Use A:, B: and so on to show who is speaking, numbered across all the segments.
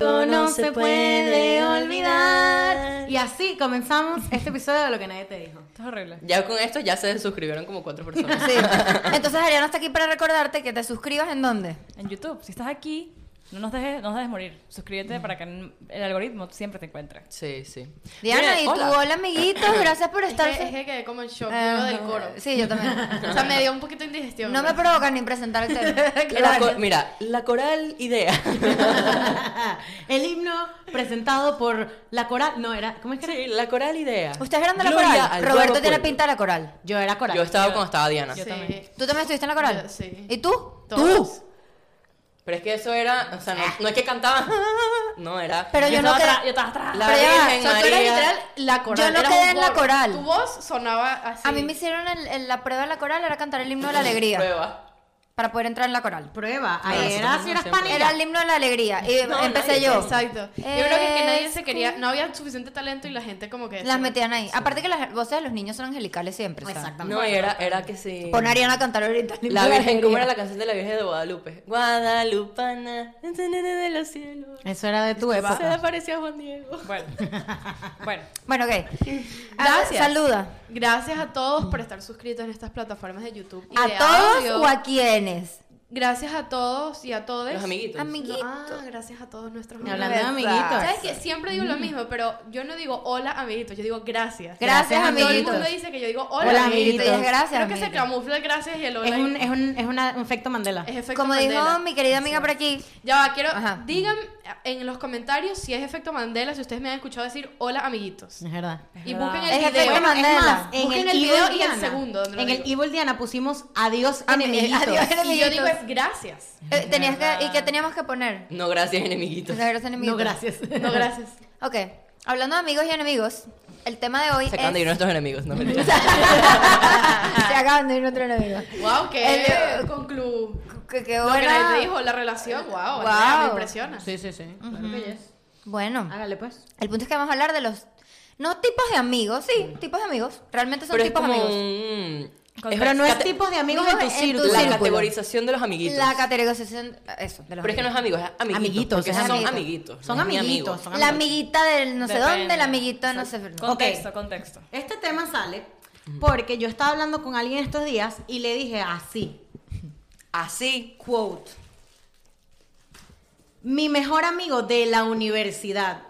A: No, se puede olvidar. Y así comenzamos este episodio de lo que nadie te dijo. Esto es horrible.
B: Ya con esto ya se suscribieron como cuatro personas.
C: Sí. Entonces Ariana está aquí para recordarte que te suscribas en dónde.
D: En YouTube, si estás aquí, no nos dejes, no nos dejes morir. Suscríbete para que n- el algoritmo siempre te encuentre.
B: Sí, sí.
C: Diana,
B: Miren,
C: y tú, hola. amiguitos, gracias por
A: Es que,
C: estar.
A: es que quedé como en shock luego del coro.
C: Sí, yo también.
A: O sea, me dio un poquito de indigestión.
C: No me provocan ni presentar el tema.
B: La co- mira, la coral idea.
A: El himno presentado por la coral. No, era. ¿Cómo es que era?
B: Sí, la coral idea.
C: ¿Ustedes eran de la
B: Gloria
C: coral?
B: al
C: Roberto
B: Bravo
C: tiene
B: Pueblo.
C: pinta de la coral.
A: Yo era coral.
B: Yo estaba cuando estaba Diana.
A: Sí.
D: también.
C: ¿Tú también estuviste en la coral?
A: Yo, sí.
C: ¿Y tú?
A: Todos.
C: Tú.
B: Pero es que eso era, o sea, no, no es que cantaba. No, era.
C: Pero yo, no
D: estaba
C: quedé.
D: atrás, yo estaba atrás.
B: La
C: Pero ya va,
B: Virgen
C: o sea, tú eres
B: María.
C: literal-
A: La coral.
C: Yo no
A: era
C: quedé
A: un
C: en la
A: coro.
C: coral.
A: Tu voz sonaba así.
C: A mí me hicieron el- el- la prueba de la coral, era cantar el himno de la alegría.
B: Prueba.
C: Para poder entrar en la coral.
A: Prueba.
B: No,
A: Ahí era
B: nosotros
A: si
B: no
A: eras
B: hacemos.
A: panera.
C: Era el himno de la alegría. Y
B: No,
C: empecé
B: nadie-
C: yo.
A: Exacto. Yo creo que, es que nadie se
C: Es
A: quería. No había suficiente talento y la gente como que.
C: Eh, Las metían ahí. Aparte que las voces de los niños son angelicales siempre. ¿sabes?
A: Exactamente.
B: No, era, era que sí.
C: Pon a Ariana a cantar ahorita. el himno
B: La
C: de
B: Virgen, ¿cómo
C: alegría.
B: era la canción de la Virgen de Guadalupe? Guadalupana, encendida de los cielos.
A: Eso era de tu
B: Se le apareció a Juan Diego.
D: Bueno, bueno.
C: Bueno, ok. A-
A: Gracias.
C: Saluda.
A: Gracias a todos por estar suscritos en estas plataformas de YouTube. y de
C: ¿A todos
A: audio.
C: o a quiénes?
A: Gracias a todos y a todos.
B: Los amiguitos.
C: Amiguitos.
A: Ah, gracias a todos nuestros
C: hablando
A: amigos.
C: de amiguitos.
A: ¿Sabes que Siempre digo lo
C: Mm.
A: mismo, pero yo no digo hola amiguitos, yo digo gracias.
C: Gracias,
A: Todo el
C: amiguitos.
A: mundo dice que yo digo hola,
C: Hola,
A: amiguitos.
C: amiguitos. Y es gracias,
A: Creo que se
C: amiguitos.
A: camufla el gracias y el hola.
E: Es
A: y-
E: un, es un, es una- un efecto Mandela.
A: es efecto
C: Como
A: Mandela.
C: dijo mi querida amiga por aquí. eh,
A: Ya va, quiero.
C: Ajá.
A: Digan en los comentarios si es efecto Mandela, si ustedes me han escuchado decir hola amiguitos.
E: Es verdad.
A: Y
D: verdad.
A: busquen el
C: Es
A: video.
C: efecto
A: Bueno,
C: Mandela.
E: Es más, en
A: Busquen
E: el,
A: el
E: Evil
A: video y el
E: Diana,
A: segundo, donde lo
E: En el
A: digo. Ah,
E: Evil Diana pusimos adiós
C: Ami-
E: enemiguitos.
C: adiós,
A: Y yo
C: enemiguitos.
A: digo es gracias.
C: Eh, tenías que, ¿Y qué teníamos que poner?
B: No, gracias, enemiguitos.
C: O sea, eres enemigo.
E: No, gracias.
A: No, gracias.
C: Ok. Hablando de amigos y enemigos, el tema de hoy
B: Se acaban de ir
C: es...
B: nuestros enemigos, no mentira.
C: Se acaban de ir nuestro enemigo.
A: Wow, que
C: El-
A: conclu.
C: Qué, qué
A: Lo que nadie
C: buena-
A: te dijo, la relación, wow,
C: Guau.
A: me impresiona.
E: Sí, sí, sí. Claro que yes.
C: Bueno,
E: Hágale pues.
C: el punto es que vamos a hablar de los... No tipos de amigos, sí, tipos de amigos. Realmente son
B: Pero es
C: tipos
B: como
C: de amigos.
B: un... mm.
E: Pero no es
B: cate-
E: tipos de amigos en
C: Amigos
E: tu
C: en tu
E: círculo.
B: La
C: círculo.
B: categorización de los amiguitos.
C: La categorización... Eso, de los
B: Pero es que no es
C: amigos.
B: amigos, es amiguitos.
E: Amiguitos,
B: porque
E: es
B: esos son
C: amiguitos.
B: amiguitos.
E: Son
B: no es ni
E: amiguitos,
B: amigos.
E: son
C: La
E: amiguitos.
C: amiguita del no sé
D: Depende.
C: dónde, la amiguita de no sé...
D: Contexto, contexto.
E: Este tema sale porque yo estaba hablando con alguien estos días y le dije así,
B: Así.
E: quote, mi mejor amigo de la universidad.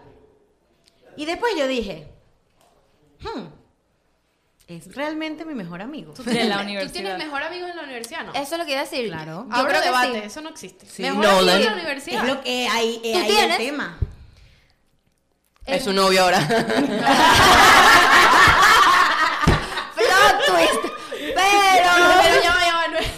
E: Y después yo dije, hmm, es realmente mi mejor amigo.
A: Tú
D: De la
A: tienes-
D: universidad.
A: ¿Tú tienes mejor amigos en la universidad, no?
C: Eso es lo que iba a decir.
E: Claro.
C: Yo
A: Abro
C: creo que
A: debate,
C: sí.
A: eso no existe.
B: Sí,
A: mejor
B: no,
A: amigos en la
B: Dani.
A: universidad.
E: Es lo que hay, eh,
C: ¿Tú
E: ahí
C: tienes?
E: el tema.
B: Es su novio ahora.
C: Plot twist.
A: Pero
C: Pero...
A: ya va, ya va, no es-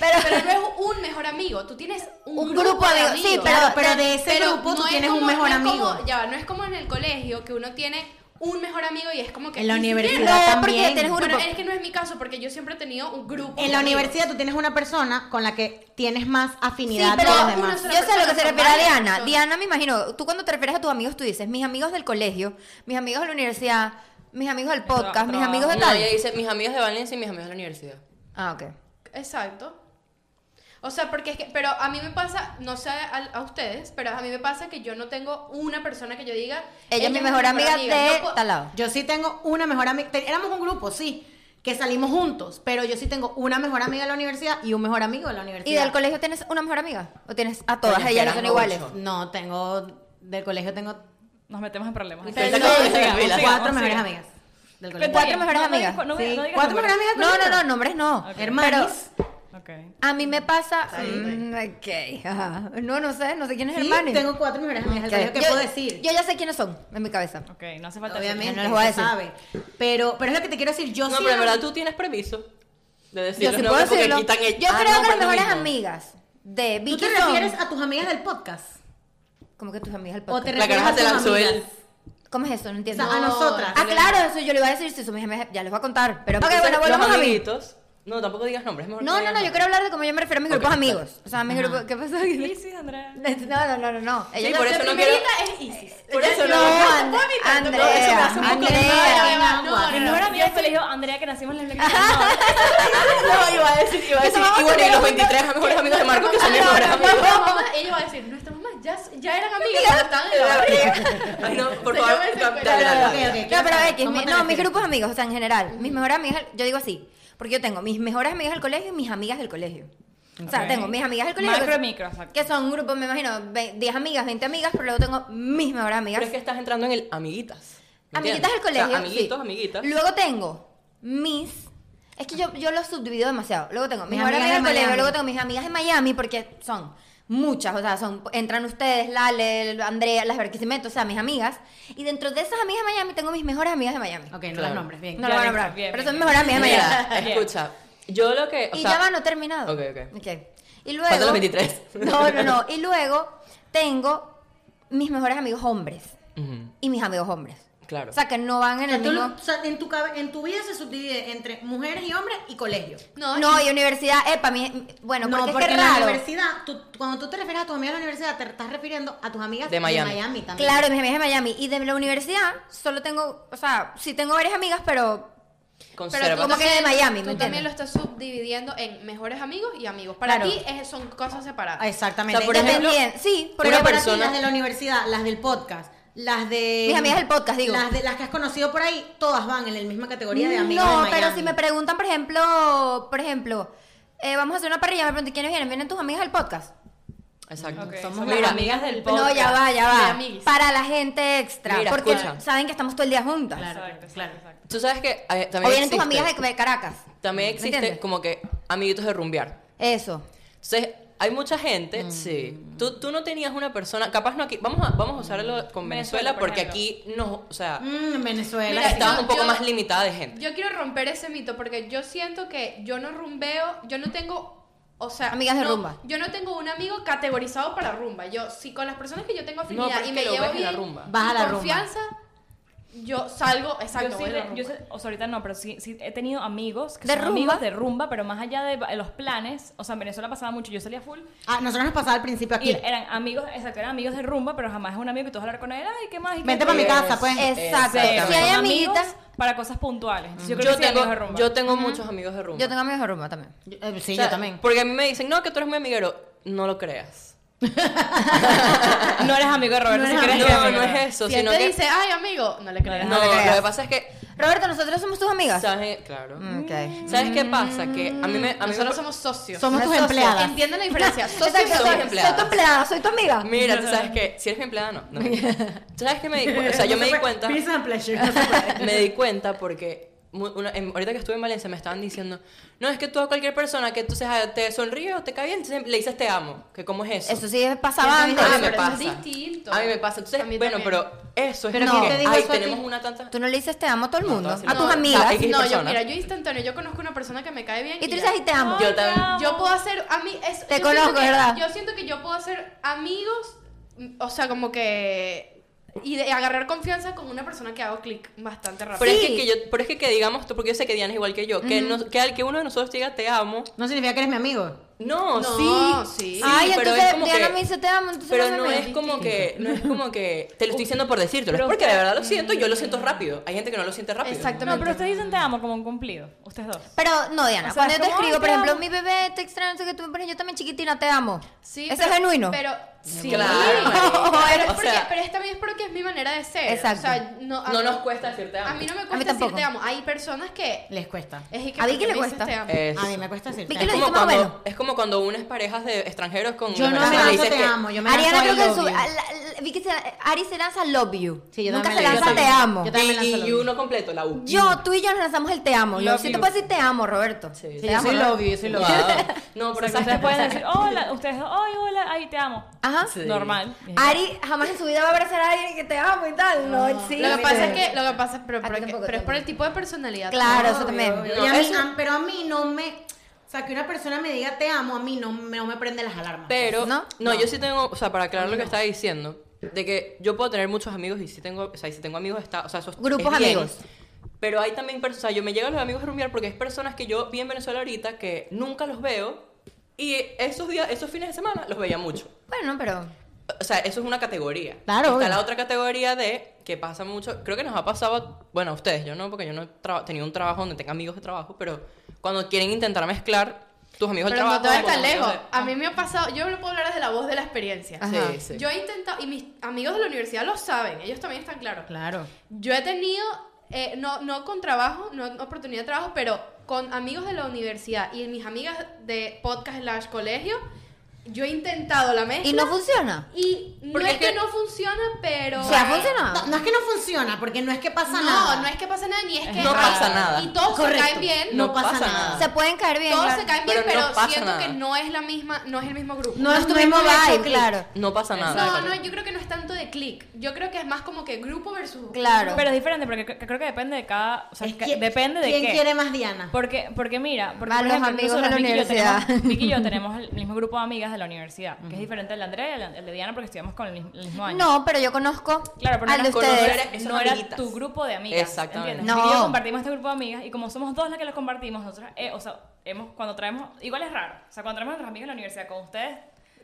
C: pero
A: pero no es un mejejor amigo, tú tienes un,
C: Un grupo de amigos, sí, pero-
E: Claro, pero de ese grupo tú
A: es
E: tienes un
A: como-
E: mejor
A: no es
E: amigo.
A: como- ya va, no es como en el colegio que uno tiene un mejor amigo y es como que
E: En la
A: ni siquiera-
E: universidad
C: No, porque
E: también.
C: tienes un
A: Bueno,
C: grupo.
A: es que no es mi caso porque yo siempre he tenido un grupo. de
E: En la
A: amigos.
E: universidad tú tienes una persona con la que tienes más
C: Sí,
E: afinidad
C: pero
E: con los
A: uno
E: demás.
A: sola
C: yo sé a lo que
A: persona,
C: se
A: son
C: refiere a
A: varias
C: Diana.
A: personas.
C: Diana, me imagino, tú cuando te refieres a tus amigos, tú dices, mis amigos del colegio, mis amigos de la universidad, mis amigos del
D: tra-
C: podcast, mis amigos de
B: No,
C: tal.
B: ella dice, mis amigos de Valencia y mis amigos de la universidad.
C: Ah, ok.
A: Exacto. O sea, porque es que, pero a mí me pasa, no sé a, a ustedes, pero a mí me pasa que yo no tengo una persona que yo diga.
C: Ella es mi mejor amiga de
A: Yo po-
C: tal lado.
E: Yo sí tengo una mejor amiga. Éramos un grupo, sí, que salimos juntos, pero yo sí tengo una mejor amiga de la universidad y un mejor amigo de la universidad.
C: ¿Y del colegio tienes una mejor amiga? ¿O tienes a todas
B: Coño,
C: ellas que
B: eran
C: son iguales?
B: ocho.
E: No, tengo. Del colegio tengo.
D: Nos metemos en problemas.
B: Pero-
E: tengo
B: sí,
E: cuatro
B: sí, sí,
E: cuatro
D: sí.
E: mejores amigas. Del colegio.
C: Cuatro
D: No,
C: mejores
D: no
C: amigas.
D: digas- no digas- no digas nombres.
E: Cuatro mejores amigas del
C: No, no,
E: colegio.
C: no, nombres no.
D: Ok.
E: Hermanis.
D: Ok.
C: A mí me pasa...
A: bien,
C: Mm, ok. ajá. No, no sé, no sé quién es
E: Sí,
C: Hermani.
E: tengo cuatro mejores amigas del
C: Ok.
E: colegio que
C: Yo-
E: puedo decir.
C: Yo ya sé quiénes son en mi cabeza.
D: Ok, no hace falta
E: Obviamente,
C: Yo no les voy a
E: se
C: decir.
E: sabe. Pero, pero es lo que te quiero decir. Yo
B: No,
E: sí.
B: pero en verdad tú tienes permiso de decir
C: Yo
B: los
C: sí puedo
B: nombres porque
C: decirlo.
B: quitan el-
C: Yo
B: Ah,
C: creo que las
B: no, pero es lo
C: mejores
B: mismo.
C: amigas de Vicky
E: ¿Tú te
C: son-
E: refieres a tus amigas del podcast?
C: ¿Cómo que tus amigas del
E: ¿O te
C: podcast?
B: La
E: refieres
B: caraja
E: a
B: se
E: tus
B: lanzó
E: amigas?
B: el-
C: ¿Cómo es eso? No
E: O
C: entiendo.
E: sea, a
A: No,
E: nosotras.
C: Ah, claro, eso yo le iba a decir si son mis amigas, ya les voy a contar. Pero ok,
B: Entonces,
C: bueno, volvamos
B: los
C: a mí.
B: amiguitos. No, tampoco digas nombres, es mejor
C: No,
B: que
C: no,
B: digas
C: no, yo
B: nombres.
C: quiero hablar de cómo yo me refiero a mis grupos amigos. O sea, a mis grupos. ¿Qué pasó?
D: Crisis, Andrea.
C: No, no, no, no, no. Ella
B: Sí, por
C: ya-
B: eso
A: La
B: no quiero.
A: primerita es Isis.
B: Por
A: Ella
B: eso
A: sí
B: no.
A: lo
C: No, And-
A: hace. Tampoco mi tanto,
C: Andrea,
A: pero eso me hace un poco
C: Andrea.
A: de mal.
E: No,
A: No, no,
D: Mi
A: no,
D: mejor
A: no.
D: amiga del colegio, Andrea, que nacimos en la misma-
B: No, iba a decir, iba a
C: Que
B: decir.
C: somos
B: Y bueno, y los
C: amigos.
B: 23 mejores amigos de Marco que son mis mejores amigos.
A: Nuestra mamá- Ella va a decir, nuestra mamá ya, Ya eran amigas, pero estaban en la barriga.
B: Ay, no, por
A: Se
B: favor.
A: llama ese
B: dale,
A: cuento.
B: dale, dale.
E: Ok,
C: No,
E: ok, quiero
C: pero
E: saber,
C: X,
E: ¿cómo
C: mi-
E: te
C: no, mis
E: refieres?
C: grupos de amigos, o sea, en general, mis mejores amigas, yo digo así, porque yo tengo mis mejores amigas del colegio y mis amigas del colegio. O sea,
D: Ok.
C: tengo mis amigas del colegio.
D: Macro
C: que-
D: y micro, exacto.
C: Que son un grupo, me imagino, ve- 10 amigas, 20 amigas, pero luego tengo mis mejores amigas.
B: Pero es que estás entrando en el amiguitas. ¿me
C: amiguitas del
B: entiendes?
C: colegio.
B: O sea, amiguitos,
C: sí.
B: amiguitas.
C: Luego tengo mis. Es que yo, yo los subdivido demasiado. Luego tengo mis
E: Mis
C: mejores amigas
E: amigas de
C: del colegio,
E: Miami.
C: luego tengo mis amigas de Miami, porque son muchas, o sea, son entran ustedes, Lale, Andrea, las Berquisimeto, o sea, mis amigas. Y dentro de esas amigas de Miami tengo mis mejores amigas de Miami.
E: Ok, no
B: Claro.
E: las nombres, bien.
C: No
D: Ya
C: lo voy a
D: listo,
C: nombrar,
D: bien,
C: pero
D: bien,
C: son mis mejores amigas de Miami.
B: Mira, escucha. Yo lo que. o
C: Y
B: sea,
C: ya va, no he terminado.
B: Ok, ok.
C: Y luego.
B: Faltan los 23.
C: No, no, no. Y luego tengo mis mejores amigos hombres
B: ujú,
C: y mis amigos hombres.
B: Claro.
C: O sea, que no van en
E: O sea,
C: el
E: tú lo-
C: mismo.
E: o sea, en, tu, cabe- en tu vida se subdivide entre mujeres y hombres y colegio.
A: No,
C: No,
A: y-
C: y universidad, epa, mi, bueno,
E: no,
C: porque,
E: porque
C: es que
E: en
C: es
E: la
C: raro.
E: universidad, tú- cuando tú te refieres a tus amigas de la universidad, te estás refiriendo a tus amigas
B: De Miami.
E: también.
C: Claro, mis amigas de Miami. Y de la universidad solo tengo, o sea, sí tengo varias amigas, pero
A: pero tú
B: Conserva.
C: como que
A: también,
C: de Miami,
A: tú
C: ¿me
A: también
C: entiendes?
A: lo estás subdividiendo en mejores amigos y amigos. Para
E: Claro.
A: ti es- son cosas separadas.
E: Ah, Exactamente.
B: O sea, por
E: Entonces,
B: ejemplo,
C: dependiendo. Sí,
E: Porque
C: porque
B: una
E: para
B: persona-
E: ti, las de la universidad, las del podcast, las de.
C: Mis amigas del podcast, digo.
E: Las, de, las que has conocido por ahí, todas van en la misma categoría de amigas.
C: No,
E: de
C: pero
E: Miami.
C: si me preguntan, por ejemplo, por ejemplo, eh, vamos a hacer una parrilla, me preguntan quiénes vienen, vienen tus amigas del podcast.
B: Exacto.
D: Ok,
B: Somos
D: somos
B: mira,
D: las amigas del podcast.
C: No, ya va, ya
A: De
C: va.
A: amiguis.
C: Para la gente extra,
B: Mira,
C: porque
B: escucha.
C: saben que estamos todo el día juntas.
E: Claro,
D: Exacto,
E: claro.
D: exacto.
B: Tú sabes que eh, también
C: O vienen
B: existe,
C: tus amigas de Caracas.
B: También
C: ¿Me
B: existe
C: entiendes?
B: como que amiguitos de rumbear.
C: Eso.
B: Entonces, hay mucha gente, sí. Tú, tú no tenías una persona, capaz no aquí, vamos a, vamos a usarlo con Venezuela,
D: Venezuela, por
B: porque
D: ejemplo.
B: aquí no, o sea,
E: Mm, en Venezuela.
A: Mira,
E: sí.
B: estabas
A: yo-
B: un poco
A: yo-
B: más limitada de gente.
A: Yo quiero romper ese mito porque yo siento que yo no rumbeo, yo no tengo, o sea,
C: Amigas de
A: no,
C: rumba.
A: Yo no tengo un amigo categorizado para rumba. Yo si con las personas que yo tengo
B: No, pero
A: afinidad
B: es
A: y
B: que
A: me
B: lo
A: llevo
B: ves en la
A: bien,
B: rumba.
E: Vas a
A: y
E: la rumba.
A: confianza, yo salgo, exacto,
D: yo sí,
A: voy a la
D: te- yo
A: rumba.
D: sé- o sea, ahorita no, pero sí, sí he tenido amigos que
C: ¿De
D: son
C: rumba?
D: amigos de rumba, pero más allá de ba- los planes, o sea, en Venezuela pasaba mucho, yo salía full
E: Ah, nosotros nos pasaba al principio
D: y
E: aquí.
D: eran amigos, exacto, eran amigos de rumba, pero jamás es un amigo y tú vas a hablar con él, ay, ¿qué más? ¿Y qué
E: Vente
D: más?".
E: para mi casa, pues.
C: Exacto.
D: Pero
C: Si hay
D: son
C: amiguitas,
D: amigos para cosas puntuales. Entonces, Yo creo
B: Mm. Yo
D: que sí hay amigos de
B: tengo,
D: rumba.
B: yo tengo muchos amigos de rumba.
C: yo tengo amigas de rumba también.
E: Yo- eh, sí,
B: O sea,
E: yo también.
B: Porque a mí me dicen, no, que tú eres muy amiguero. No lo creas.
D: No eres amigo de Roberto,
E: No
D: si
E: eres
D: quieres
B: No, no
D: que eres amigo
E: amigo de
D: de
B: es eso,
A: si él
B: sino
A: te
B: que...
A: dice, ay amigo, no le creas.
B: No,
C: No le
B: lo que
C: creas.
B: pasa es que...
C: Roberto, nosotros somos tus amigas.
B: ¿Sabes? Claro.
C: Mm, Ok.
B: ¿Sabes qué pasa? Que a mí me... A mí me-
A: Nosotros somos socios.
E: Somos tus
C: Nosotros-
E: empleadas.
A: Entienden la diferencia. Socios
C: Exacto,
B: somos
C: soy, soy
B: empleadas.
C: tu empleada, soy tu amiga.
B: Mira, tú sabes que... Si eres mi empleada, no. no. ¿Tú sabes que me di cuenta? O sea, yo me di cuenta...
E: Business and pleasure, no se puede.
B: me di cuenta porque mu- una- en- ahorita que estuve en Valencia me estaban diciendo, no, es que tú a cualquier persona que tú seas, te sonríe o te cae bien, entonces le dices te amo. Que cómo es eso.
C: Eso sí es- pasaba
A: Ah,
B: a
C: antes.
B: mí
A: pero
B: me
A: eso es
B: pasa.
A: distinto.
B: A mí me pasa. Entonces,
A: A mí
B: bueno,
A: también.
B: pero eso es
E: Pero
B: como
E: ¿quién
B: que,
E: te dijo
B: ay,
E: eso a ti?
B: tenemos una tanta...
C: Ah, Tú no le dices te amo a todo el
B: No,
C: mundo,
B: todas
C: a tus
B: no.
C: amigas.
B: O sea, X
A: No, yo,
B: personas.
A: mira, yo instantáneo, yo conozco una persona que me cae bien.
C: y tú
A: ya.
C: dices, y te amo.
B: Yo también.
A: Yo puedo hacer a mí es-
C: Te
A: yo
C: conozco,
A: siento que-
C: ¿verdad?
A: Yo siento que yo puedo hacer amigos, mm, o sea, como que y de agarrar confianza con una persona que hago clic bastante rápido.
B: Pero, es
C: Sí.
B: que, que yo, pero es que, que digamos tú, porque yo sé que Diana es igual que yo, que, no- que al que uno de nosotros diga te amo,
E: No significa que eres mi amigo.
B: no,
A: No,
B: sí,
A: sí.
C: Ay,
B: pero
C: entonces
B: es como
C: Diana
B: que-
C: me dice te amo, entonces
B: Pero
C: no me
B: no
C: ves.
B: es como que, no es como que te lo estoy diciendo por decírtelo, es
D: Pero
B: porque de
D: usted-
B: verdad lo siento, yo lo siento rápido. Hay gente que no lo siente rápido.
A: Exactamente.
D: No, pero ustedes dicen te amo como un cumplido, ustedes dos.
C: Pero no, Diana,
D: O sea,
C: cuando
D: es
C: yo te
D: como,
C: escribo,
D: "Ay,
C: por
D: te
C: ejemplo,
D: amo".
C: mi bebé te extraña, no sé qué tú me pones, yo también chiquitina te amo.
A: Sí,
C: Eso
A: pero-
C: es genuino.
A: Pero sí.
B: Claro, marica,
A: pero, es
B: o
A: porque,
B: sea-
A: pero es también es porque es mi manera de ser.
C: Exacto.
A: O sea, no, a,
B: No nos cuesta decirte amo.
A: a mí no me
C: A mí
A: cuesta
C: tampoco.
A: decir te amo. Hay personas que
E: Les cuesta.
A: es que
C: A Vicky le
A: porque me dices
C: cuesta.
A: te amo.
B: Es-
E: A mí me cuesta decir.
C: Vi que
E: te
C: lo
B: es,
E: amo.
C: dice más
B: como
C: o
B: cuando,
C: menos.
B: es como cuando unes parejas de extranjeros con
E: Yo no me
B: venezolanos y
E: lanzo
B: dices
E: te
B: que-
E: amo. Yo me
C: Ariana
E: lanzo
C: creo
E: I
C: que en su,
E: love you.
C: a- la- la- vi que se, Ari se lanza love you.
E: Sí, yo
C: Nunca
E: también
C: se
E: me la- yo
C: lanza te
E: también.
C: amo.
E: Yo
B: Y,
E: también me lanzo
B: y
E: lo mismo.
B: uno completo, la U.
C: Yo, tú y yo nos lanzamos el te amo. Yo
D: Love
C: sí te
D: you.
C: puedo decir te amo, Roberto.
B: Sí.
E: Sí,
C: Te
E: yo
C: amo.
E: soy
C: Roberto.
E: love you, yo soy love
B: Wow.
E: you.
B: No, pero
D: Porque
B: ¿sabes
D: ustedes
B: qué pasa?
D: pueden decir, hola, ustedes, ay, hola, ay, te amo.
C: Ajá.
B: Sí.
D: Normal.
C: Ah, Ari jamás en su vida va a abrazar a alguien que te amo y tal. No, sí.
A: Lo que pasa
C: sí.
A: es que lo que pasa pero,
C: A ti
A: pero,
C: tampoco,
A: pero es por
C: tampoco.
A: el tipo de personalidad.
C: Claro,
E: Obvio,
C: eso también.
E: obvio.
B: No,
E: Y a mí-
B: eso-
E: a- pero a mí no me. O sea, que una persona me diga te amo, a mí no, me- no me prende las alarmas.
B: Pero,
C: ¿No?
B: ¿No? yo sí tengo, o sea, para aclarar lo que estaba diciendo, de que yo puedo tener muchos amigos y sí tengo, o sea, y si tengo amigos está, o sea, esos
C: Grupos amigos.
B: Pero hay también personas, o sea, yo me llegan los amigos a rumbear porque es personas que yo vi en Venezuela ahorita que nunca los veo y esos días, esos fines de semana los veía mucho.
C: Bueno, pero.
B: O sea, eso es una categoría.
E: Claro,
B: Está
E: obvio.
B: la otra categoría de que pasa mucho. Creo que nos ha pasado, a- bueno, a ustedes, yo no, porque yo no he traba- tenido un trabajo donde tenga amigos de trabajo, pero cuando quieren intentar mezclar tus amigos del
A: Pero no
B: trabajo.
A: te vayas tan
B: con-
A: lejos.
B: no sé.
A: A mí me ha pasado, yo lo puedo hablar desde la voz de la experiencia.
C: Ajá.
B: Sí, sí.
A: Yo he intentado, y mis amigos de la universidad lo saben, ellos también están claros.
E: Claro.
A: Yo he tenido, eh, no, no con trabajo, no oportunidad de trabajo, pero con amigos de la universidad y mis amigas de podcast slash colegio, yo he intentado la mezcla.
C: Y no funciona.
A: Y no
B: Porque
A: es
B: es
A: que,
B: que-
A: no funciona, pero...
C: O sea, ha funcionado.
E: No, no es que no funciona, porque no es que pasa
A: no,
E: nada.
A: no es que pasa nada, ni es que...
B: No pasa nada.
A: Y todos
E: Correcto.
A: se caen bien.
E: No,
B: No
E: pasa
B: pasa
E: nada.
B: nada.
C: Se pueden caer bien.
A: Todos
C: claro.
A: se caen bien,
B: Pero
A: pero,
B: no pasa
A: siento que
B: nada.
A: no es la misma, no es el mismo grupo.
E: No es tu
C: No
E: mismo
C: hemos
E: vibe,
C: hecho clic.
E: claro.
B: No pasa nada.
D: Exacto.
A: No, no, yo creo que no es tanto de click. Yo creo que es más como que grupo versus.
C: Claro.
D: Pero es diferente, porque cre- creo que depende de cada. O sea,
E: Es
D: que-
E: que-
D: depende de
E: ¿Quién
D: qué.
E: quiere más Diana?
D: Porque, porque mira, porque
C: A
D: por
C: los
D: ejemplo,
C: amigos de
D: nosotras,
C: la
D: Vicky y yo
C: universidad.
D: tenemos- Vicky y yo tenemos el mismo grupo de amigas de la universidad, que es diferente al de Andrea y al- el de Diana porque estudiamos con el mismo, el mismo año.
C: No, pero yo conozco
D: Claro, pero
C: al
D: no
C: de
D: eras
C: ustedes.
B: conocer- Esas
D: no era
B: amiguitas.
D: tu grupo de amigas.
B: Exactamente.
D: ¿entiendes?
C: No.
D: Vicky y yo compartimos este grupo de amigas y como somos dos las que los compartimos, nosotras, eh, o sea, hemos, cuando traemos, igual es raro, o sea, cuando traemos a nuestras amigas de la universidad con ustedes,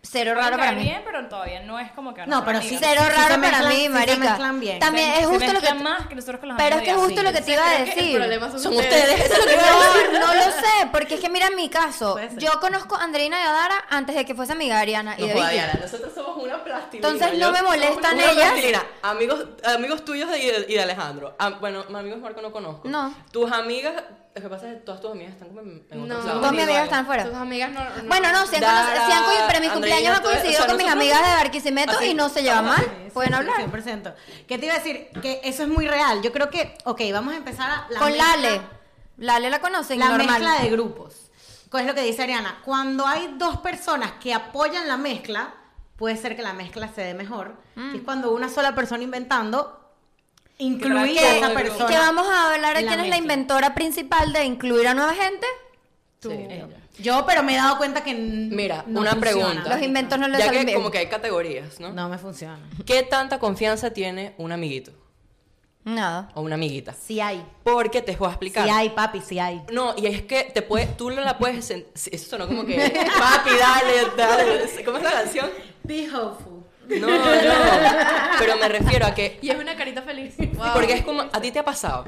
C: Cero
D: pueden
C: raro para
D: caer
C: mí.
D: bien, pero todavía no es como que
E: No, pero
D: se
E: sí
C: Cero
E: Sí se
C: raro para
E: mezclan- sí
C: mí,
E: se
C: marica.
E: mezclan bien.
C: También es justo lo que.
D: más que nosotros con los
C: Pero es que
D: amigos
C: es justo
D: de Diana.
C: lo que te iba a
A: Creo que el
C: decir.
A: problema son,
B: Son ustedes, eso es lo que
C: No, no lo sé, porque es que mira mi caso.
E: Puede ser.
C: Yo conozco a Andreina y a Dara antes de que fuese amiga de Ariana y
B: No
C: de
B: joda,
C: Vicky.
B: Diana, nosotros somos una plastilina.
C: Entonces, no
B: yo-
C: me molestan
B: Una
C: ellas.
B: plastilina. Amigos, amigos tuyos de- y de, y de Alejandro. Am- bueno, mis amigos Marco no conozco.
C: No.
B: Tus amigas, lo que pasa es que todas tus amigas están como en, en
A: No.
B: otros
A: Todas
B: lados.
C: Todas mis amigas
B: Igual.
C: están fuera.
A: Tus amigas no. no-
C: Bueno, no, sí han
B: Dara,
C: conocido, sí han coincidido, pero mi
B: Andreina,
C: cumpleaños ha
B: todo- o sea,
C: coincidido con mis
B: nosotros-
C: amigas de Barquisimeto
B: así,
C: y no se llevan
B: estamos
C: mal.
E: Sí, sí,
C: Pueden
E: sí,
C: hablar.
E: 100%. ¿Qué te iba a decir? Que eso es muy real. Yo creo que, ok, vamos a empezar a la
C: Con
E: mezcla-
C: Lale. Lale la conocen,
E: la
C: normal.
E: mezcla de grupos. ¿Cuál es lo que dice Ariana? Cuando hay dos personas que apoyan la mezcla, puede ser que la mezcla se dé mejor.
C: Mm.
E: que es cuando una sola persona inventando incluye a
D: Que-
E: esa
D: que
E: persona.
C: Que vamos a hablar de
E: La
C: quién es la
E: mezcla.
C: inventora principal de incluir a nueva gente.
B: Sí,
A: tú.
B: ella.
E: Yo, pero me he dado cuenta que n-
B: Mira,
E: no
B: una
E: funciona.
B: pregunta.
C: Los inventos no les
B: Ya
C: salen
B: que
C: bien.
B: como que hay categorías, ¿no?
E: No me funciona.
B: ¿Qué tanta confianza tiene un amiguito
C: Nada.
B: o una amiguita?
E: Sí hay.
B: Porque te voy a explicar.
E: Sí hay, papi, sí hay.
B: No, y es que te puede, tú no la puedes... sen- sí, Eso sonó como que... Papi, dale, dale. ¿Cómo es la canción?
E: Be hopeful.
B: No, no. Pero me refiero a que
A: Y es una carita feliz. Wow.
B: Porque es como, a ti te ha pasado,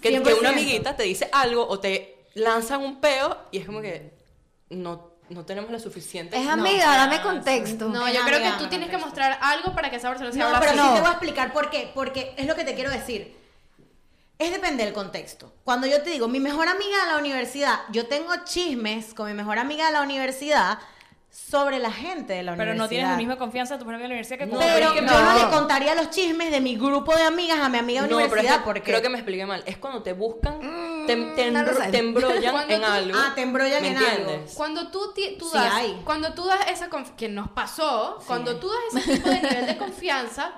B: que, que
E: 100%.
B: una amiguita te dice algo o te lanzan un peo y es como que no, no tenemos la suficiente...
C: Es amiga, dame contexto.
A: No,
E: Es
A: yo creo
E: amiga,
A: que tú
E: no
A: tienes que
E: contesta.
A: mostrar algo para que esa persona sea
E: No, pero
A: abrazada.
E: sí
C: no.
E: te voy a explicar por qué. Porque es lo que te quiero decir. Es depende del contexto. Cuando yo te digo, mi mejor amiga de la universidad, yo tengo chismes con mi mejor amiga de la universidad sobre la gente de la
D: Pero no
E: universidad.
D: tienes la misma confianza de tu propia universidad que con
E: Pero
D: Vicky.
E: yo no
C: no.
E: le contaría los chismes de mi grupo de amigas a mi amiga de
B: No, pero es
E: universidad
B: que
E: porque
B: creo que me expliqué mal. Es cuando te buscan, te, te
C: no lo
B: enro-
C: sé.
B: te embrollan
A: Cuando
B: en
A: tú-
B: algo.
E: Ah, te embrollan
B: ¿me
E: en
B: entiendes?
E: algo.
A: Cuando tú, ti- tú
E: Sí
A: das,
E: hay.
A: cuando tú das esa conf- que nos pasó, cuando tú das ese tipo de nivel de confianza,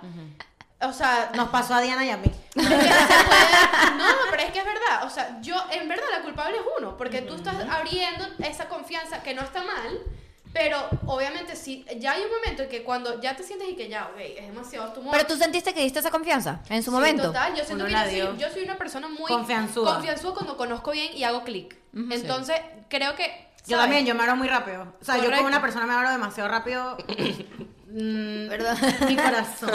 A: o sea,
E: nos pasó a Diana y a mí.
A: es que no se puede- no, pero es que es verdad, o sea, yo en verdad la culpable es uno, porque tú estás abriendo esa confianza que no está mal, pero obviamente sí, ya hay un momento en que cuando ya te sientes y que ya, ok, es demasiado tu humor.
C: Pero tú sentiste que diste esa confianza en su
A: Sí,
C: momento.
A: Total, yo siento
E: Uno
A: que
E: la
A: yo soy,
E: dio.
A: yo soy una persona muy
E: Confianzuda.
A: confianzuda cuando conozco bien y hago clic. Entonces, creo que.
E: Yo
A: ¿sabes?
E: también, yo me abro muy rápido. O sea, yo
A: Correcto.
E: como una persona me abro demasiado rápido. Mm,
C: Perdón.
E: Mi corazón.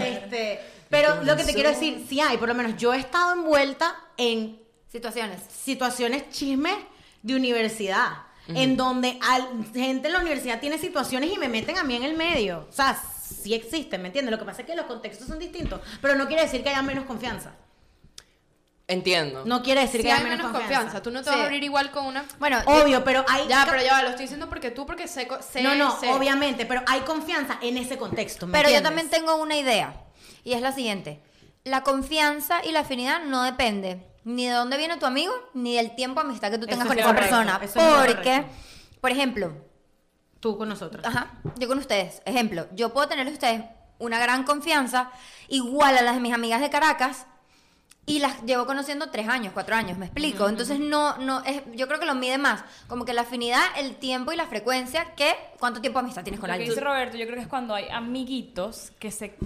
E: Este, pero lo que te quiero decir, sí hay, por lo menos yo he estado envuelta en
C: Situaciones.
E: situaciones chismes de universidad. En donde al- gente en la universidad tiene situaciones y me meten a mí en el medio. O sea, sí existen, ¿me entiendes? Lo que pasa es que los contextos son distintos. Pero no quiere decir que haya menos confianza.
B: Entiendo.
E: No quiere decir
A: Si
E: que
A: hay
E: haya
A: menos confianza, tú no te vas
C: Sí.
A: a abrir igual con una.
C: Bueno, yo-
E: Obvio, pero hay.
A: Ya, pero ya, lo estoy diciendo porque tú, porque sé. co- sé
E: no, no,
A: sé.
E: obviamente, pero hay confianza en ese contexto. ¿me
C: pero yo también
E: entiendes?
C: tengo una idea. Y es la siguiente. La confianza y la afinidad no depende ni de dónde viene tu amigo, ni del tiempo de amistad que tú
E: Eso
C: tengas
E: es
C: con esa
E: correcto,
C: persona.
E: eso es muy
C: Porque,
E: correcto.
C: por ejemplo,
E: Tú con nosotros.
C: Ajá, yo con ustedes. Ejemplo, yo puedo tener a ustedes una gran confianza, igual a las de mis amigas de Caracas, y las llevo conociendo tres años, cuatro años, me explico. Entonces, no, no, es, yo creo que lo mide más, como que la afinidad, el tiempo y la frecuencia que cuánto tiempo de amistad tienes con
D: Lo que
C: alguien.
D: dice Roberto, yo creo que es cuando hay amiguitos que se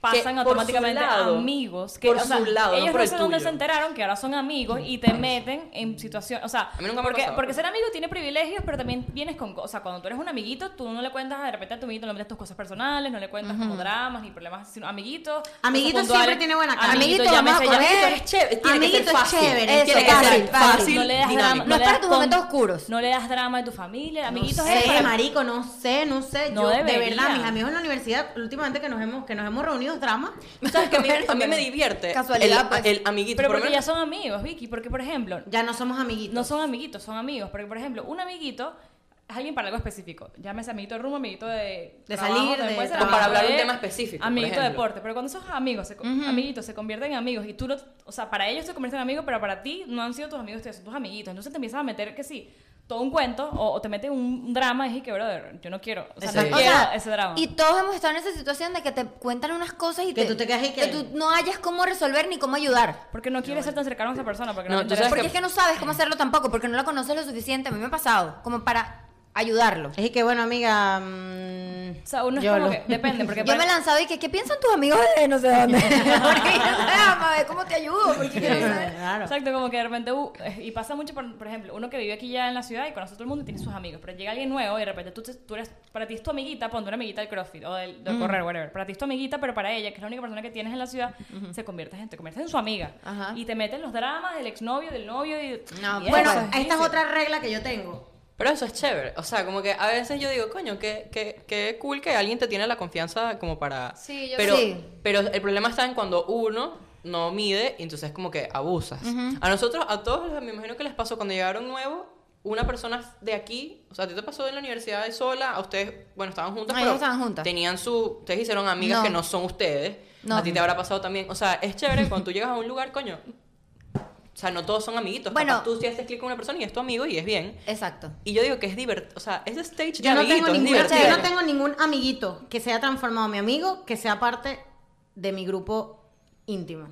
D: pasan
B: por
D: automáticamente
B: su lado,
D: a amigos. Que,
B: por
D: o sea,
B: su lado, no
D: ellos
B: por
D: no
B: el
D: sé dónde
B: tuyo.
D: se enteraron que ahora son amigos y te meten en situaciones. O sea,
B: A mí nunca me ha
D: porque,
B: pasado.
D: porque ser amigo tiene privilegios, pero también vienes con cosas. O sea, cuando tú eres un amiguito, tú no le cuentas de repente a tu amiguito, no le metes tus cosas personales, no le cuentas como dramas ni problemas, sino amiguito. cosas
E: Amiguito siempre
D: puntuales.
E: tiene buena cara.
D: Amiguito,
C: Amiguito, vamos a
D: llámese, llámese,
C: comer.
B: es chévere, tiene que
E: Amiguito
B: ser
E: es
B: fácil.
E: chévere,
C: eso,
B: tiene que
C: fácil,
B: ser
C: fácil.
B: fácil,
D: no le das drama,
B: dinámico.
C: No es
D: le
C: para
D: das
C: tus
D: con-
C: momentos oscuros.
D: No le das drama de tu familia. Amiguitos
E: sé,
D: es para-
E: marico, no sé, no sé.
D: No
E: yo, de
D: debería.
E: verdad, mis amigos en la universidad, últimamente que nos hemos, que nos hemos reunido es drama.
B: Tú sabes que a mí, a mí
C: Bueno,
B: me divierte
C: casualidad,
B: el,
C: pues.
B: el amiguito.
D: Pero
B: por lo
D: porque ya
B: menos-
D: son amigos, Vicky. Porque, por ejemplo,
E: Ya no somos amiguitos.
D: no son amiguitos, son amigos. Porque, por ejemplo, un amiguito es alguien para algo específico. Llámese amiguito de rumbo, amiguito de...
E: De
D: trabajo,
E: salir,
D: también
E: de-
D: puede ser
E: o para
D: amiguito
B: hablar un tema específico, por
D: Amiguito de
B: ejemplo.
D: deporte. Pero cuando esos amigos, se co- amiguitos se convierten en amigos y tú no... O sea, para ellos se convierten en amigos, pero para ti no han sido tus amigos, son tus amiguitos. Entonces te empiezas a meter que sí, todo un cuento o, o te meten un un drama y dices que, brother, yo no quiero. O sea,
B: Exacto.
D: no
B: O
D: quiero
C: sea,
D: ese drama.
C: Y todos hemos estado en esa situación de que te cuentan unas cosas y
E: Que tú te quedas y que-
C: tú no hayas cómo resolver ni cómo ayudar.
D: Porque no quieres ser tan cercano a esa persona. Porque
B: No,
D: no, te
B: tú sabes
D: interesa.
C: Porque
B: que-
C: es que no sabes cómo hacerlo tampoco, porque no la conoces lo suficiente. A mí me ha pasado, como para ayudarlo.
E: Es que bueno, amiga. mm,
D: O sea, uno es
E: yolo.
D: como que depende, porque
C: Yo me he
D: para-
C: lanzado y que, ¿qué piensan tus amigos de no sé dónde? Porque yo no sé, a ver cómo te ayudo. Porque yo no sé.
E: Claro.
D: Exacto, como que de repente, uh, eh, y pasa mucho, por, por ejemplo, uno que vive aquí ya en la ciudad y conoce a todo el mundo y tiene sus amigos, pero llega alguien nuevo y de repente tú, te- tú eres, para ti es tu amiguita, ponte una amiguita del CrossFit o del,
E: Mm.
D: del correr, whatever, para ti es tu amiguita, pero para ella, que es la única persona que tienes en la ciudad, se convierte en, te conviertes en su amiga.
C: Ajá.
D: Y te meten los dramas del exnovio, del novio y...
C: No,
D: y
E: pues, Bueno,
D: eso
E: esta es
D: difícil.
E: otra regla que yo tengo.
B: Pero eso es chévere. O sea, como que a veces yo digo, coño, qué, qué, qué cool que alguien te tiene la confianza como para...
A: Sí, yo-
B: pero,
C: Sí.
B: pero el problema está en cuando uno no mide y entonces como que abusas. A nosotros, a todos, me imagino que les pasó cuando llegaron nuevos, una persona de aquí, o sea, a ti te pasó en la universidad de sola, a ustedes, bueno, estaban juntas,
C: No,
B: pero
C: ellas estaban juntas.
B: tenían su... Ustedes hicieron amigas
C: No.
B: que no son ustedes.
C: No.
B: A ti te habrá pasado también. O sea, es chévere cuando tú llegas a un lugar, coño. O sea, no todos son amiguitos.
C: Bueno.
B: Capaz tú sí haces clic con una persona y es tu amigo y es bien.
C: Exacto.
B: Y yo digo que es divertido. O sea, ese stage de
E: Yo no, tengo
B: amiguitos es
E: ningún,
B: divertido.
E: yo no tengo ningún amiguito que se haya transformado en mi amigo que sea parte de mi grupo íntimo.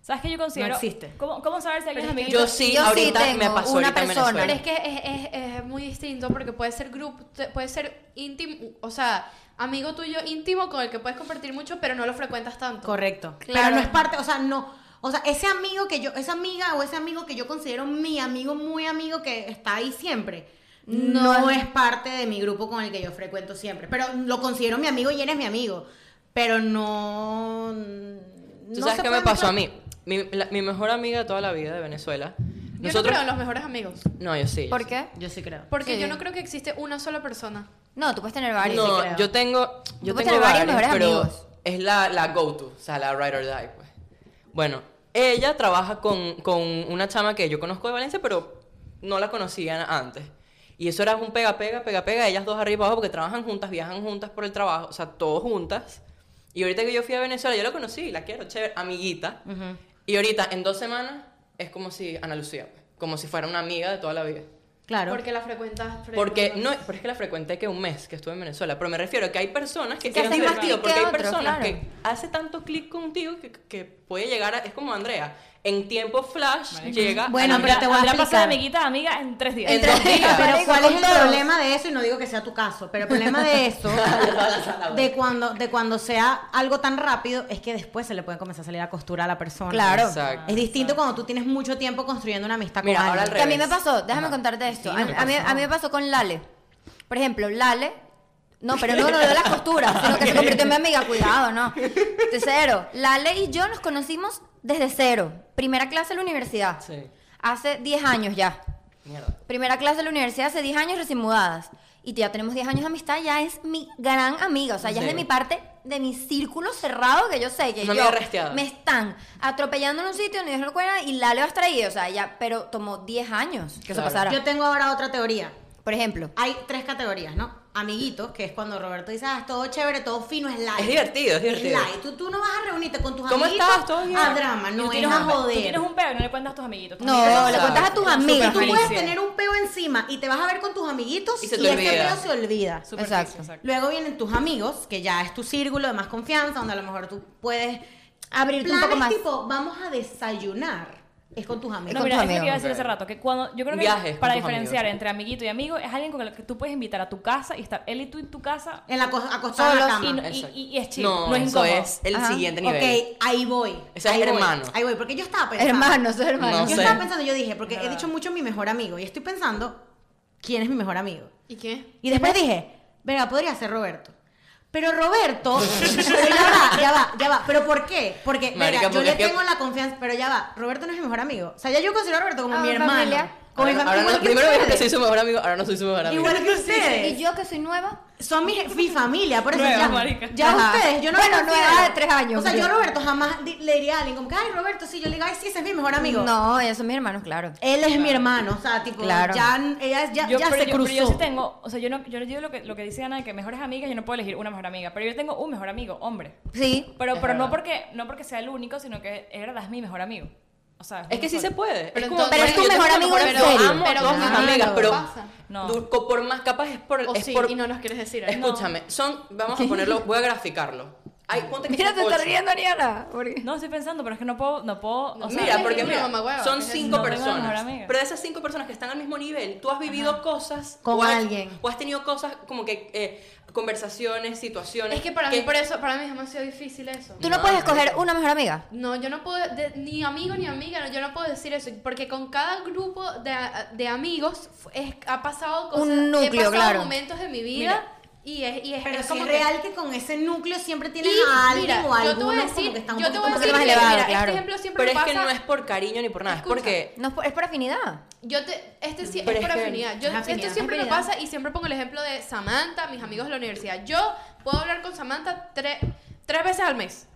D: ¿Sabes qué yo considero?
E: existe.
D: ¿Cómo, cómo saber si alguien es amiguito?
B: Yo
C: Yo
B: sí,
C: sí
B: ahorita me
C: tengo
B: pasó
C: una
B: ahorita en
C: persona.
B: Venezuela.
A: Pero es que es, es- es muy distinto porque puede ser grupo, te- puede ser íntimo, o sea, amigo tuyo íntimo con el que puedes compartir mucho, pero no lo frecuentas tanto.
E: Correcto. Pero
A: Claro.
E: no es parte, o sea, no. O sea, ese amigo que yo, esa amiga o ese amigo que yo considero mi amigo, muy amigo que está ahí siempre, no, es parte de mi grupo con el que yo frecuento siempre. Pero lo considero mi amigo y eres mi amigo. Pero no.
B: ¿Tú
E: no
B: sabes
E: se
B: qué me
E: puede
B: pasó a
E: mezclar.
B: mí? Mi, la- mi mejor amiga de toda la vida de Venezuela.
A: Yo no
B: Nosotros...
A: creo en los mejores amigos.
B: no, yo sí. yo
C: ¿Por
B: sí.
C: qué?
E: Yo sí creo.
A: Porque
C: Sí.
A: yo no creo que existe una sola persona.
C: No, tú puedes tener varios.
B: No,
E: sí creo.
B: yo tengo,
C: Tú
B: yo
C: puedes
B: tengo
C: tener varios
B: varios,
C: mejores
B: pero
C: amigos.
B: es la, la go-to, o sea, la ride or die, pues. Bueno, ella trabaja con, con una chama que yo conozco de Valencia, pero no la conocían antes. Y eso era un pega-pega, pega-pega, ellas dos arriba y abajo, porque trabajan juntas, viajan juntas por el trabajo, o sea, todos juntas. Y ahorita que yo fui a Venezuela, yo la conocí, la quiero, chévere, amiguita. Y ahorita, en dos semanas, es como si, Ana Lucía, pues, como si fuera una amiga de toda la vida.
E: Claro.
A: Porque la frecuentas.
B: Porque
A: frecuentas.
B: no, pero es que la frecuenté que un mes que estuve en Venezuela, pero me refiero a que hay personas que,
C: Que
B: es
C: hacen más clic
B: divertido, porque
C: que
B: hay
C: otros,
B: personas
C: claro.
B: que hace tanto clic contigo que, que puede llegar a, es como Andrea, en tiempo flash llega a
E: Bueno,
B: la-
E: pero te voy a
D: Andrea pasó de
E: explicar.
D: amiguita a amiga en tres días.
B: En tres días.
E: Pero
C: Marico,
E: ¿cuál
C: con
E: es el
C: todos.
E: problema de eso? Y no digo que sea tu caso, pero el problema de eso, de cuando, de cuando sea algo tan rápido, es que después se le puede comenzar a salir a costura a la persona.
C: Claro.
B: Exacto.
E: Es distinto cuando tú tienes mucho tiempo construyendo una amistad
B: Mira,
E: con
B: ahora
E: alguien.
B: al
C: Que a mí me
B: revés.
C: pasó, déjame
B: Ajá.
C: contarte esto.
B: Sí,
C: a,
B: me
C: a mí, a mí me pasó con Lale. Por ejemplo, Lale. No, pero no, no lo de las costuras, sino que se convirtió en mi amiga. Cuidado, no. De cero. Lale y yo nos conocimos desde cero. Primera clase de la universidad.
B: Sí.
C: Hace 10 años ya.
B: Mierda.
C: Primera clase de la universidad hace 10 años recién mudadas. Y ya tenemos 10 años de amistad, ya es mi gran amiga. O sea, ya
B: Sí.
C: es de mi parte, de mi círculo cerrado que yo sé que
B: Una
C: yo
B: amiga rastreada.
C: me están atropellando en un sitio, ni Dios lo cuida, y Lale va a estar ahí. O sea, ya, pero tomó 10 años que eso
B: Claro.
C: pasara.
E: Yo tengo ahora otra teoría.
C: Por ejemplo.
E: Hay tres categorías, ¿no? Amiguitos, que es cuando Roberto dice, ah, es todo chévere, todo fino, es light.
B: Es divertido, es divertido.
E: light. Tú, tú no vas a reunirte con tus
B: ¿Cómo
E: amiguitos
B: estás? ¿Todo bien?
E: a drama,
D: Y
E: no
D: tú
E: es
D: tienes
E: a
D: un pe- Tú
E: joder.
D: tienes un peo y no le cuentas a tus amiguitos. tus amigos
C: No,
D: lo
C: le
B: sabe.
C: cuentas a tus
E: Porque
C: amigas. pues.
E: tú puedes
D: Felicidades.
E: tener un peo encima y te vas a ver con tus amiguitos
B: Y
E: y,
B: se te
E: ese
B: olvida.
E: peo se olvida.
D: Súper
C: Exacto.
D: difícil, exacto.
E: Luego vienen tus amigos, que ya es tu círculo de más confianza, donde a lo mejor tú puedes
C: Abrirte un
E: planes
C: poco más.
E: tipo, vamos a desayunar. es con tus amigos.
C: con
D: No, mira,
C: tus
D: es lo que
C: amigos,
D: iba a decir
B: ok.
D: hace rato, que cuando, yo creo que
B: Viajes con
D: para
B: tus
D: diferenciar
B: amigos.
D: entre amiguito y amigo es alguien con el que tú puedes invitar a tu casa y estar él y tú en tu casa
E: En la co- acostado en la
D: y, no-
E: cama.
D: y,
B: Exacto.
D: y- y es chill, no,
B: No,
D: es
B: eso
D: incómodo.
B: es el
C: Ajá.
B: siguiente nivel.
E: Ok, ahí voy.
B: Ese es
E: ahí voy,
B: hermano.
E: ahí voy, porque yo estaba pensando.
C: Hermanos, hermanos.
E: Yo
B: No sé.
E: estaba pensando, yo dije, porque he dicho mucho mi mejor amigo y estoy pensando, ¿quién es mi mejor amigo?
A: ¿Y qué?
E: Y después dije, verga, podría ser Roberto. Pero Roberto, pero ya va, ya va, ya va. ¿Pero por qué? Porque,
B: Marica,
E: verga, yo
B: porque
E: le
B: es que-
E: tengo la confianza, pero ya va, Roberto no es mi mejor amigo. O sea, ya yo considero a Roberto como
C: Ah,
E: mi
C: mi
E: hermano.
C: familia.
E: Como mi
B: Ahora-
E: familia.
B: ahora
E: igual
B: no-
E: que
B: primero dije que soy
E: ustedes.
B: su mejor amigo, ahora no soy su mejor amigo.
E: Igual que
C: Y
E: ustedes.
C: yo que soy nueva.
E: Son mi, mi familia, por eso
D: Nueva,
E: ya,
D: marica.
E: ya
C: Ajá.
E: ustedes, yo no
C: Bueno,
E: lo
C: nueva
E: considero.
C: de tres años,
E: O sea, yo a
C: Julián.
E: Roberto jamás di- le diría a alguien como que, ay, Roberto, sí, yo le digo, ay, sí, ese es mi mejor amigo. Eh,
C: No, ellos son mis hermanos, claro.
E: Él es mi hermano, o sea, tipo,
C: Claro.
E: ya, ella, ya,
D: Yo-
E: ya
D: pero
E: se
D: yo-
E: cruzó.
D: Pero yo sí tengo, o sea, yo no, yo, yo lo que, lo que dice Ana de que mejores amigas, yo no puedo elegir una mejor amiga, pero yo tengo un mejor amigo, hombre.
C: Sí.
D: Pero,
B: Es
D: pero no
B: verdad.
D: porque, no porque sea el único, sino que es verdad, es mi mejor amigo. O sea,
B: Es que sí se puede.
A: Pero
B: es como,
A: entonces- Pero es tu
B: yo tengo
C: mejor
B: la
C: amigo en
B: pero
C: serio.
B: amo
A: Pero
B: a todas mis
A: claro.
B: amigas, pero
A: Pasa.
D: No.
B: du- co- por más capaz es por...
A: O
B: es
A: sí,
B: por-
A: y no nos quieres decir algo.
B: Escúchame, son... Vamos a ponerlo, voy a graficarlo. Ay, ponte que
C: Mira,
B: son
C: te estás
B: ocho.
C: riendo, Ariana.
D: No, estoy pensando, pero es que no puedo, no puedo, o sea,
B: Mira,
A: no
B: porque
A: es
B: mira,
A: una mamahueva,
B: son
A: es
B: cinco
D: no tengo mejor
B: personas.
D: amiga.
B: Pero de esas cinco personas que están al mismo nivel, tú has vivido cosas
E: Con
B: o has-
E: alguien.
B: O has tenido cosas como que eh, conversaciones, situaciones.
A: Es que para mí por eso, para mí es demasiado difícil eso.
C: Tú no
B: No,
C: puedes
B: marica.
C: escoger una mejor amiga.
A: No, yo no puedo, de- ni amigo ni amiga, no, yo no puedo decir eso, porque con cada grupo de, de amigos fu- es- ha pasado cosas,
C: Un núcleo,
A: he pasado
C: claro.
A: momentos de mi vida y es, y es,
E: Pero
A: es
E: sí
A: como
E: es
A: que-
E: real que con ese núcleo siempre tienes
A: Y,
E: a alguien
A: mira,
E: o a
A: yo te
E: alguno
A: voy a
E: como
A: decir,
E: que está un
A: yo te
E: poquito
A: voy a
C: más
A: decir que,
C: elevado,
A: mira,
C: claro.
A: este ejemplo siempre
B: Pero es
A: me
B: que
A: pasa,
B: no es por cariño ni por nada,
A: Escucha.
B: es porque
C: No, es por- es por afinidad.
A: Yo te, este sí,
B: Pero
A: es por
B: es que-
A: afinidad. Yo,
E: es afinidad.
A: Esto siempre me
C: Afinidad.
A: pasa y siempre pongo el ejemplo de Samantha, mis amigos de la universidad. Yo puedo hablar con Samantha tre- tres veces al mes.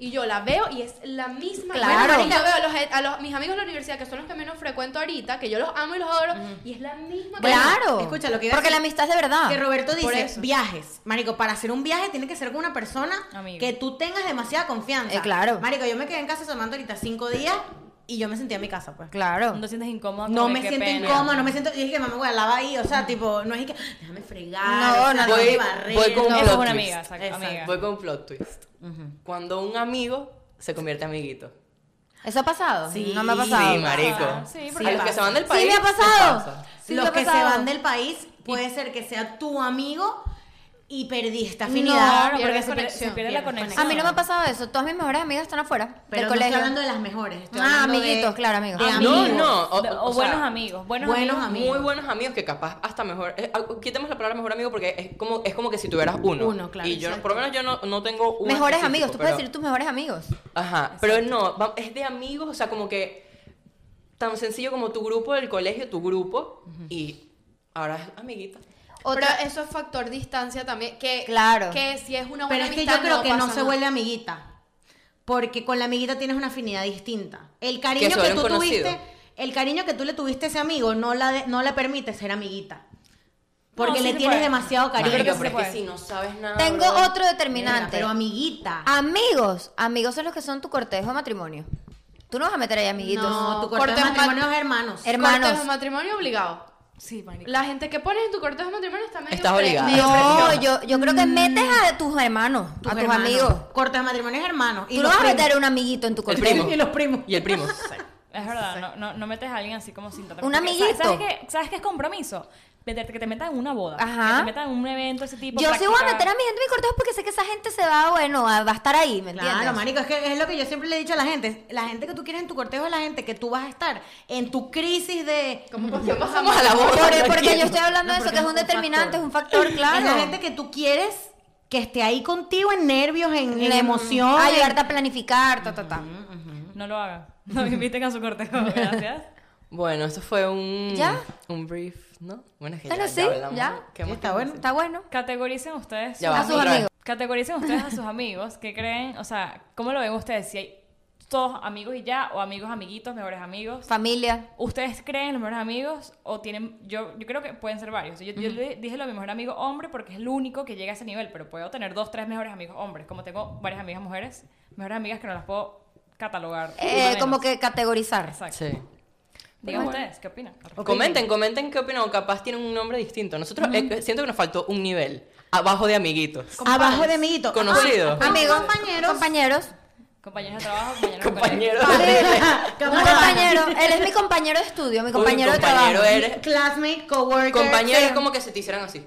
A: Y yo la veo y es la misma.
C: Claro.
A: Y yo veo a, los, a los- mis amigos de la universidad, que son los que menos frecuento ahorita, que yo los amo y los adoro, y es la misma.
E: Bueno,
C: claro.
E: escucha, lo que iba a
C: Porque
E: decir-
C: la amistad es de verdad.
E: Que Roberto
A: Por
E: dice
A: eso.
E: viajes. Marico, para hacer un viaje tiene que ser con una persona
D: Amigo.
E: que tú tengas demasiada confianza.
C: Eh, claro.
E: Marico, yo me quedé en casa sonando ahorita cinco días y yo me sentí en mi casa, pues.
C: Claro.
D: no te sientes incómoda. como
E: No
D: que
E: me
D: qué
E: siento
D: pena.
E: incómoda, no me siento. Y dije, mamá, voy a lavar ahí. O sea, tipo, no es que déjame fregar.
C: No,
E: o
C: no,
E: sea,
C: no.
E: tengo que
B: Voy-
E: barrer,
B: voy con
E: no.
D: Esa es
B: Plot
D: una
B: twist.
D: amiga, exacto,
E: Exacto.
D: amiga.
B: voy con un plot twist. Cuando un amigo se convierte amiguito.
C: ¿Eso ha pasado?
E: Sí.
C: No me ha pasado.
B: Sí, marico.
D: Ah, sí,
B: A los
D: porque
B: que
E: pasa.
B: se van del
C: Sí,
B: país.
C: me ha
B: les
C: pasado.
B: pasa.
C: Sí, me
E: los
C: ha
E: que se
C: pasado.
E: van del país puede ser que sea tu amigo y perdiste afinidad.
D: Claro, porque se pierde,
A: Pierdes conexión,
D: se pierde la
E: pierdes
D: conexión.
C: A mí no me ha pasado eso. Todas mis mejores amigas están afuera
E: pero
C: del
E: no estoy
C: colegio.
E: hablando de las mejores. estoy
C: Ah,
E: hablando de-
C: amiguitos, claro, amigos.
E: de
C: Ah,
B: No,
E: amigos.
B: no. O,
D: O,
B: o sea,
D: buenos amigos, buenos,
E: buenos
D: amigos.
E: amigos.
B: Muy buenos amigos que capaz hasta mejor. eh, ah, quitemos la palabra mejor amigo porque es como, es como que si tuvieras uno.
E: Uno, claro,
B: Y yo,
E: exacto.
B: por lo menos yo no, no tengo uno.
C: Mejores
B: Uh, específico,
C: amigos. Tú puedes
B: pero-
C: decir tus mejores amigos.
B: Ajá, pero no, va- es de amigos, o sea, como que tan sencillo como tu grupo del colegio, tu grupo, y ahora es amiguita.
C: Otra,
A: Pero eso es factor distancia también. Que,
C: Claro.
A: Que si es una buena
E: Pero es que yo
A: amistad,
E: creo que no
A: pasa
E: se
A: nada.
E: vuelve amiguita. Porque con la amiguita tienes una afinidad distinta. El cariño
B: se
E: que,
B: vuelven
E: tú
B: conocidos.
E: tuviste, el cariño que tú le tuviste a ese amigo no la de- no le permite ser amiguita.
D: No,
E: Porque
D: sí
E: le
D: se
E: tienes
D: puede.
E: demasiado
B: Marica,
E: cariño.
D: creo que sí
B: pero
D: se
B: es
D: puede.
B: que si no sabes nada.
C: Tengo
B: bro.
C: otro determinante. Ah,
E: Pero amiguita.
C: Amigos. Amigos son los que son tu cortejo de matrimonio. Tú no vas a meter ahí amiguitos.
E: No, tu corte de
A: cortes mat-
E: matrimonio es hermanos.
C: Her-
A: Cortejo
C: hermanos.
A: de matrimonio obligado.
D: Sí, marica.
A: La gente que pones en tu cortejo de matrimonio está medio
B: Estás
A: fre-
B: obligada.
A: medio
C: No,
A: fresca.
C: yo, yo creo que metes a tus hermanos, a tus
E: Mm. hermanos.
C: amigos.
E: Corte de matrimonio es hermanos.
C: Tú no vas a meter a un amiguito en tu
B: El
C: cortejo.
B: primo.
E: Y los primos.
B: Y el primo.
D: Es verdad, no, no, no metes a alguien así como sin tratar.
C: Un
D: porque,
C: amiguito.
D: ¿Sabes qué, ¿Sabes qué es compromiso? Meterte, que te metan en una boda.
C: Ajá.
D: Que te metan en un evento, ese tipo.
C: Yo sí voy a
D: practicar.
C: meter a mi gente en mi cortejo porque sé que esa gente se va, bueno, a- va a estar ahí, ¿me entiendes?
E: Claro, marico, es que es lo que yo siempre le he dicho a la gente. La gente que tú quieres en tu cortejo es la gente que tú vas a estar en tu crisis de...
A: ¿Cómo pas- pasamos
B: a la boda.
C: Por-
B: no
C: porque yo
B: entiendo.
C: estoy hablando
E: No,
C: de eso,
E: porque
C: que es
E: es
C: un
E: un
C: determinante,
E: factor.
C: es un factor, claro.
E: Es la gente que tú quieres que esté ahí contigo en nervios, en, en
C: Le-
E: emoción.
C: Ayudarte a planificar, ta, ta, ta.
D: No lo hagan. No me inviten a su cortejo. Gracias.
B: Bueno, esto fue un.
C: ¿Ya?
B: Un brief, ¿no? Bueno, es que
C: Bueno,
B: ya,
C: sí,
B: ya hablamos.
C: ya.
B: ¿Qué más podemos
E: Está bueno.
B: decir?
C: Está bueno.
D: Categoricen ustedes.
B: Ya
C: A
B: va,
C: sus
B: otra vez.
C: amigos.
D: Categoricen ustedes a sus amigos. ¿Qué creen? O sea, ¿cómo lo ven ustedes? Si hay todos amigos y ya, o amigos, amiguitos, mejores amigos.
C: Familia.
D: ¿Ustedes creen en los mejores amigos o tienen.? Yo, yo creo que pueden ser varios. Yo, yo le dije lo de mi mejor amigo hombre porque es el único que llega a ese nivel, pero puedo tener dos, tres mejores amigos hombres. Como tengo varias amigas mujeres, mejores amigas que no las puedo catalogar.
C: Eh,
D: menos.
C: como que categorizar.
D: Exacto.
B: Sí.
D: Digan
B: Bueno.
D: ustedes, ¿qué opinan?
B: Comenten, comenten qué opinan. o Capaz tienen un nombre distinto. Nosotros eh, siento que nos faltó un nivel. Abajo de amiguitos.
E: Abajo de amiguito.
B: Conocido.
E: Amigos.
C: Amigos,
E: Compañeros.
C: compañeros,
D: Compañeros de trabajo, compañeros de
B: Compañero.
C: Un compañero, él es mi compañero de estudio, mi compañero,
B: Uy, compañero
C: de trabajo.
B: eres.
E: Classmate, coworker.
B: Compañero es
E: sí.
B: como que se te hicieran así.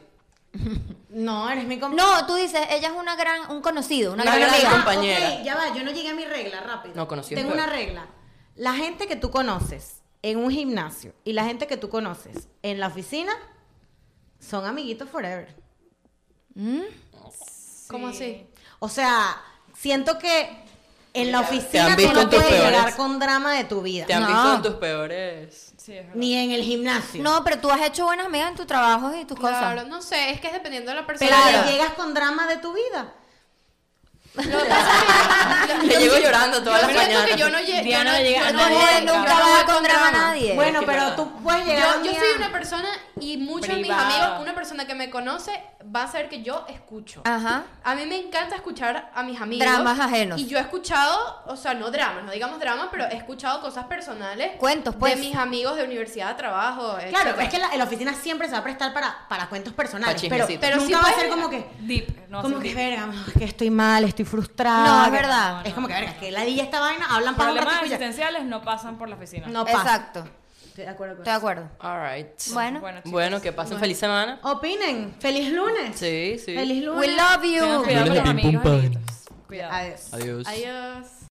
E: No, eres mi compañero.
C: No, tú dices, ella es una gran, un conocido, una
B: Una
C: gran
B: gran
C: amiga.
B: compa- compañera.
E: ya va, yo no llegué a mi regla, rápido.
B: No, conocí
E: Tengo
B: después.
E: una regla. La gente que tú conoces en un gimnasio y la gente que tú conoces en la oficina son amiguitos forever.
A: ¿Cómo así?
E: O sea, siento que en la oficina
B: han
E: tú
B: visto
E: no
B: en tus
E: puedes
B: peores.
E: llegar con drama de tu vida.
B: Te han
C: No.
B: visto en tus peores.
D: Sí, es verdad.
E: Ni en el gimnasio.
C: No, pero tú has hecho buenas amigas en tus trabajos y tus
A: Claro,
C: cosas.
A: no sé, es que es dependiendo de la
E: pero
A: persona.
E: que llegas con drama de tu vida.
A: Lo que pasa es que-
B: Le
A: yo
B: llego
A: sí-
B: llorando todas
A: yo
B: las
A: siento
B: mañanas.
A: que yo no lle- yo
D: Diana
A: no-
D: no llega
A: yo
D: a
A: no
D: nadie.
A: voy-
C: Nadie,
A: yo
C: nunca
A: no
C: va
A: voy
C: a con drama a nadie.
B: es
E: Bueno,
B: que
E: pero
B: verdad.
E: tú puedes llegar
A: Yo,
E: un
A: yo
E: día-
A: soy una persona y muchos de mis
D: Privada.
A: amigos, una persona que me conoce va a saber que yo escucho.
C: Ajá.
A: A mí me encanta escuchar a mis amigos.
C: Ah. Dramas ajenos.
A: Y yo he escuchado, o sea, no dramas, no digamos dramas, pero he escuchado cosas personales.
C: Cuentos, pues.
A: De mis amigos de universidad, de trabajo.
E: Claro,
A: etcétera.
E: es que la, la oficina siempre se va a prestar para, para cuentos personales.
B: Para
E: pero
B: chismecitos.
E: pero
A: Pero
E: nunca
A: sí
E: va a
A: puedes-
E: ser como que.
D: Deep. No,
E: como
D: sí,
E: que,
D: deep.
E: verga, no, es que estoy mal, estoy frustrada.
C: No, es
E: que-
C: verdad.
E: Es como que, verga, es que la dilla esta vaina, hablan para un
D: Problemas
E: ratito y ya.
D: existenciales no pasan por la oficina.
E: No pasa.
C: Exacto.
E: Estoy de acuerdo con
C: Estoy de acuerdo.
B: Alright.
C: Bueno.
D: chicos.
B: Bueno, que pasen feliz semana.
E: eso. Opinen. Feliz lunes.
B: Sí, sí.
E: Feliz lunes.
C: We love you.
D: Tengan cuidado con los
B: Pim, pum,
D: amigos
B: pam.
D: amiguitos. Cuidado.
E: Adiós.
B: Adiós.
A: Adiós.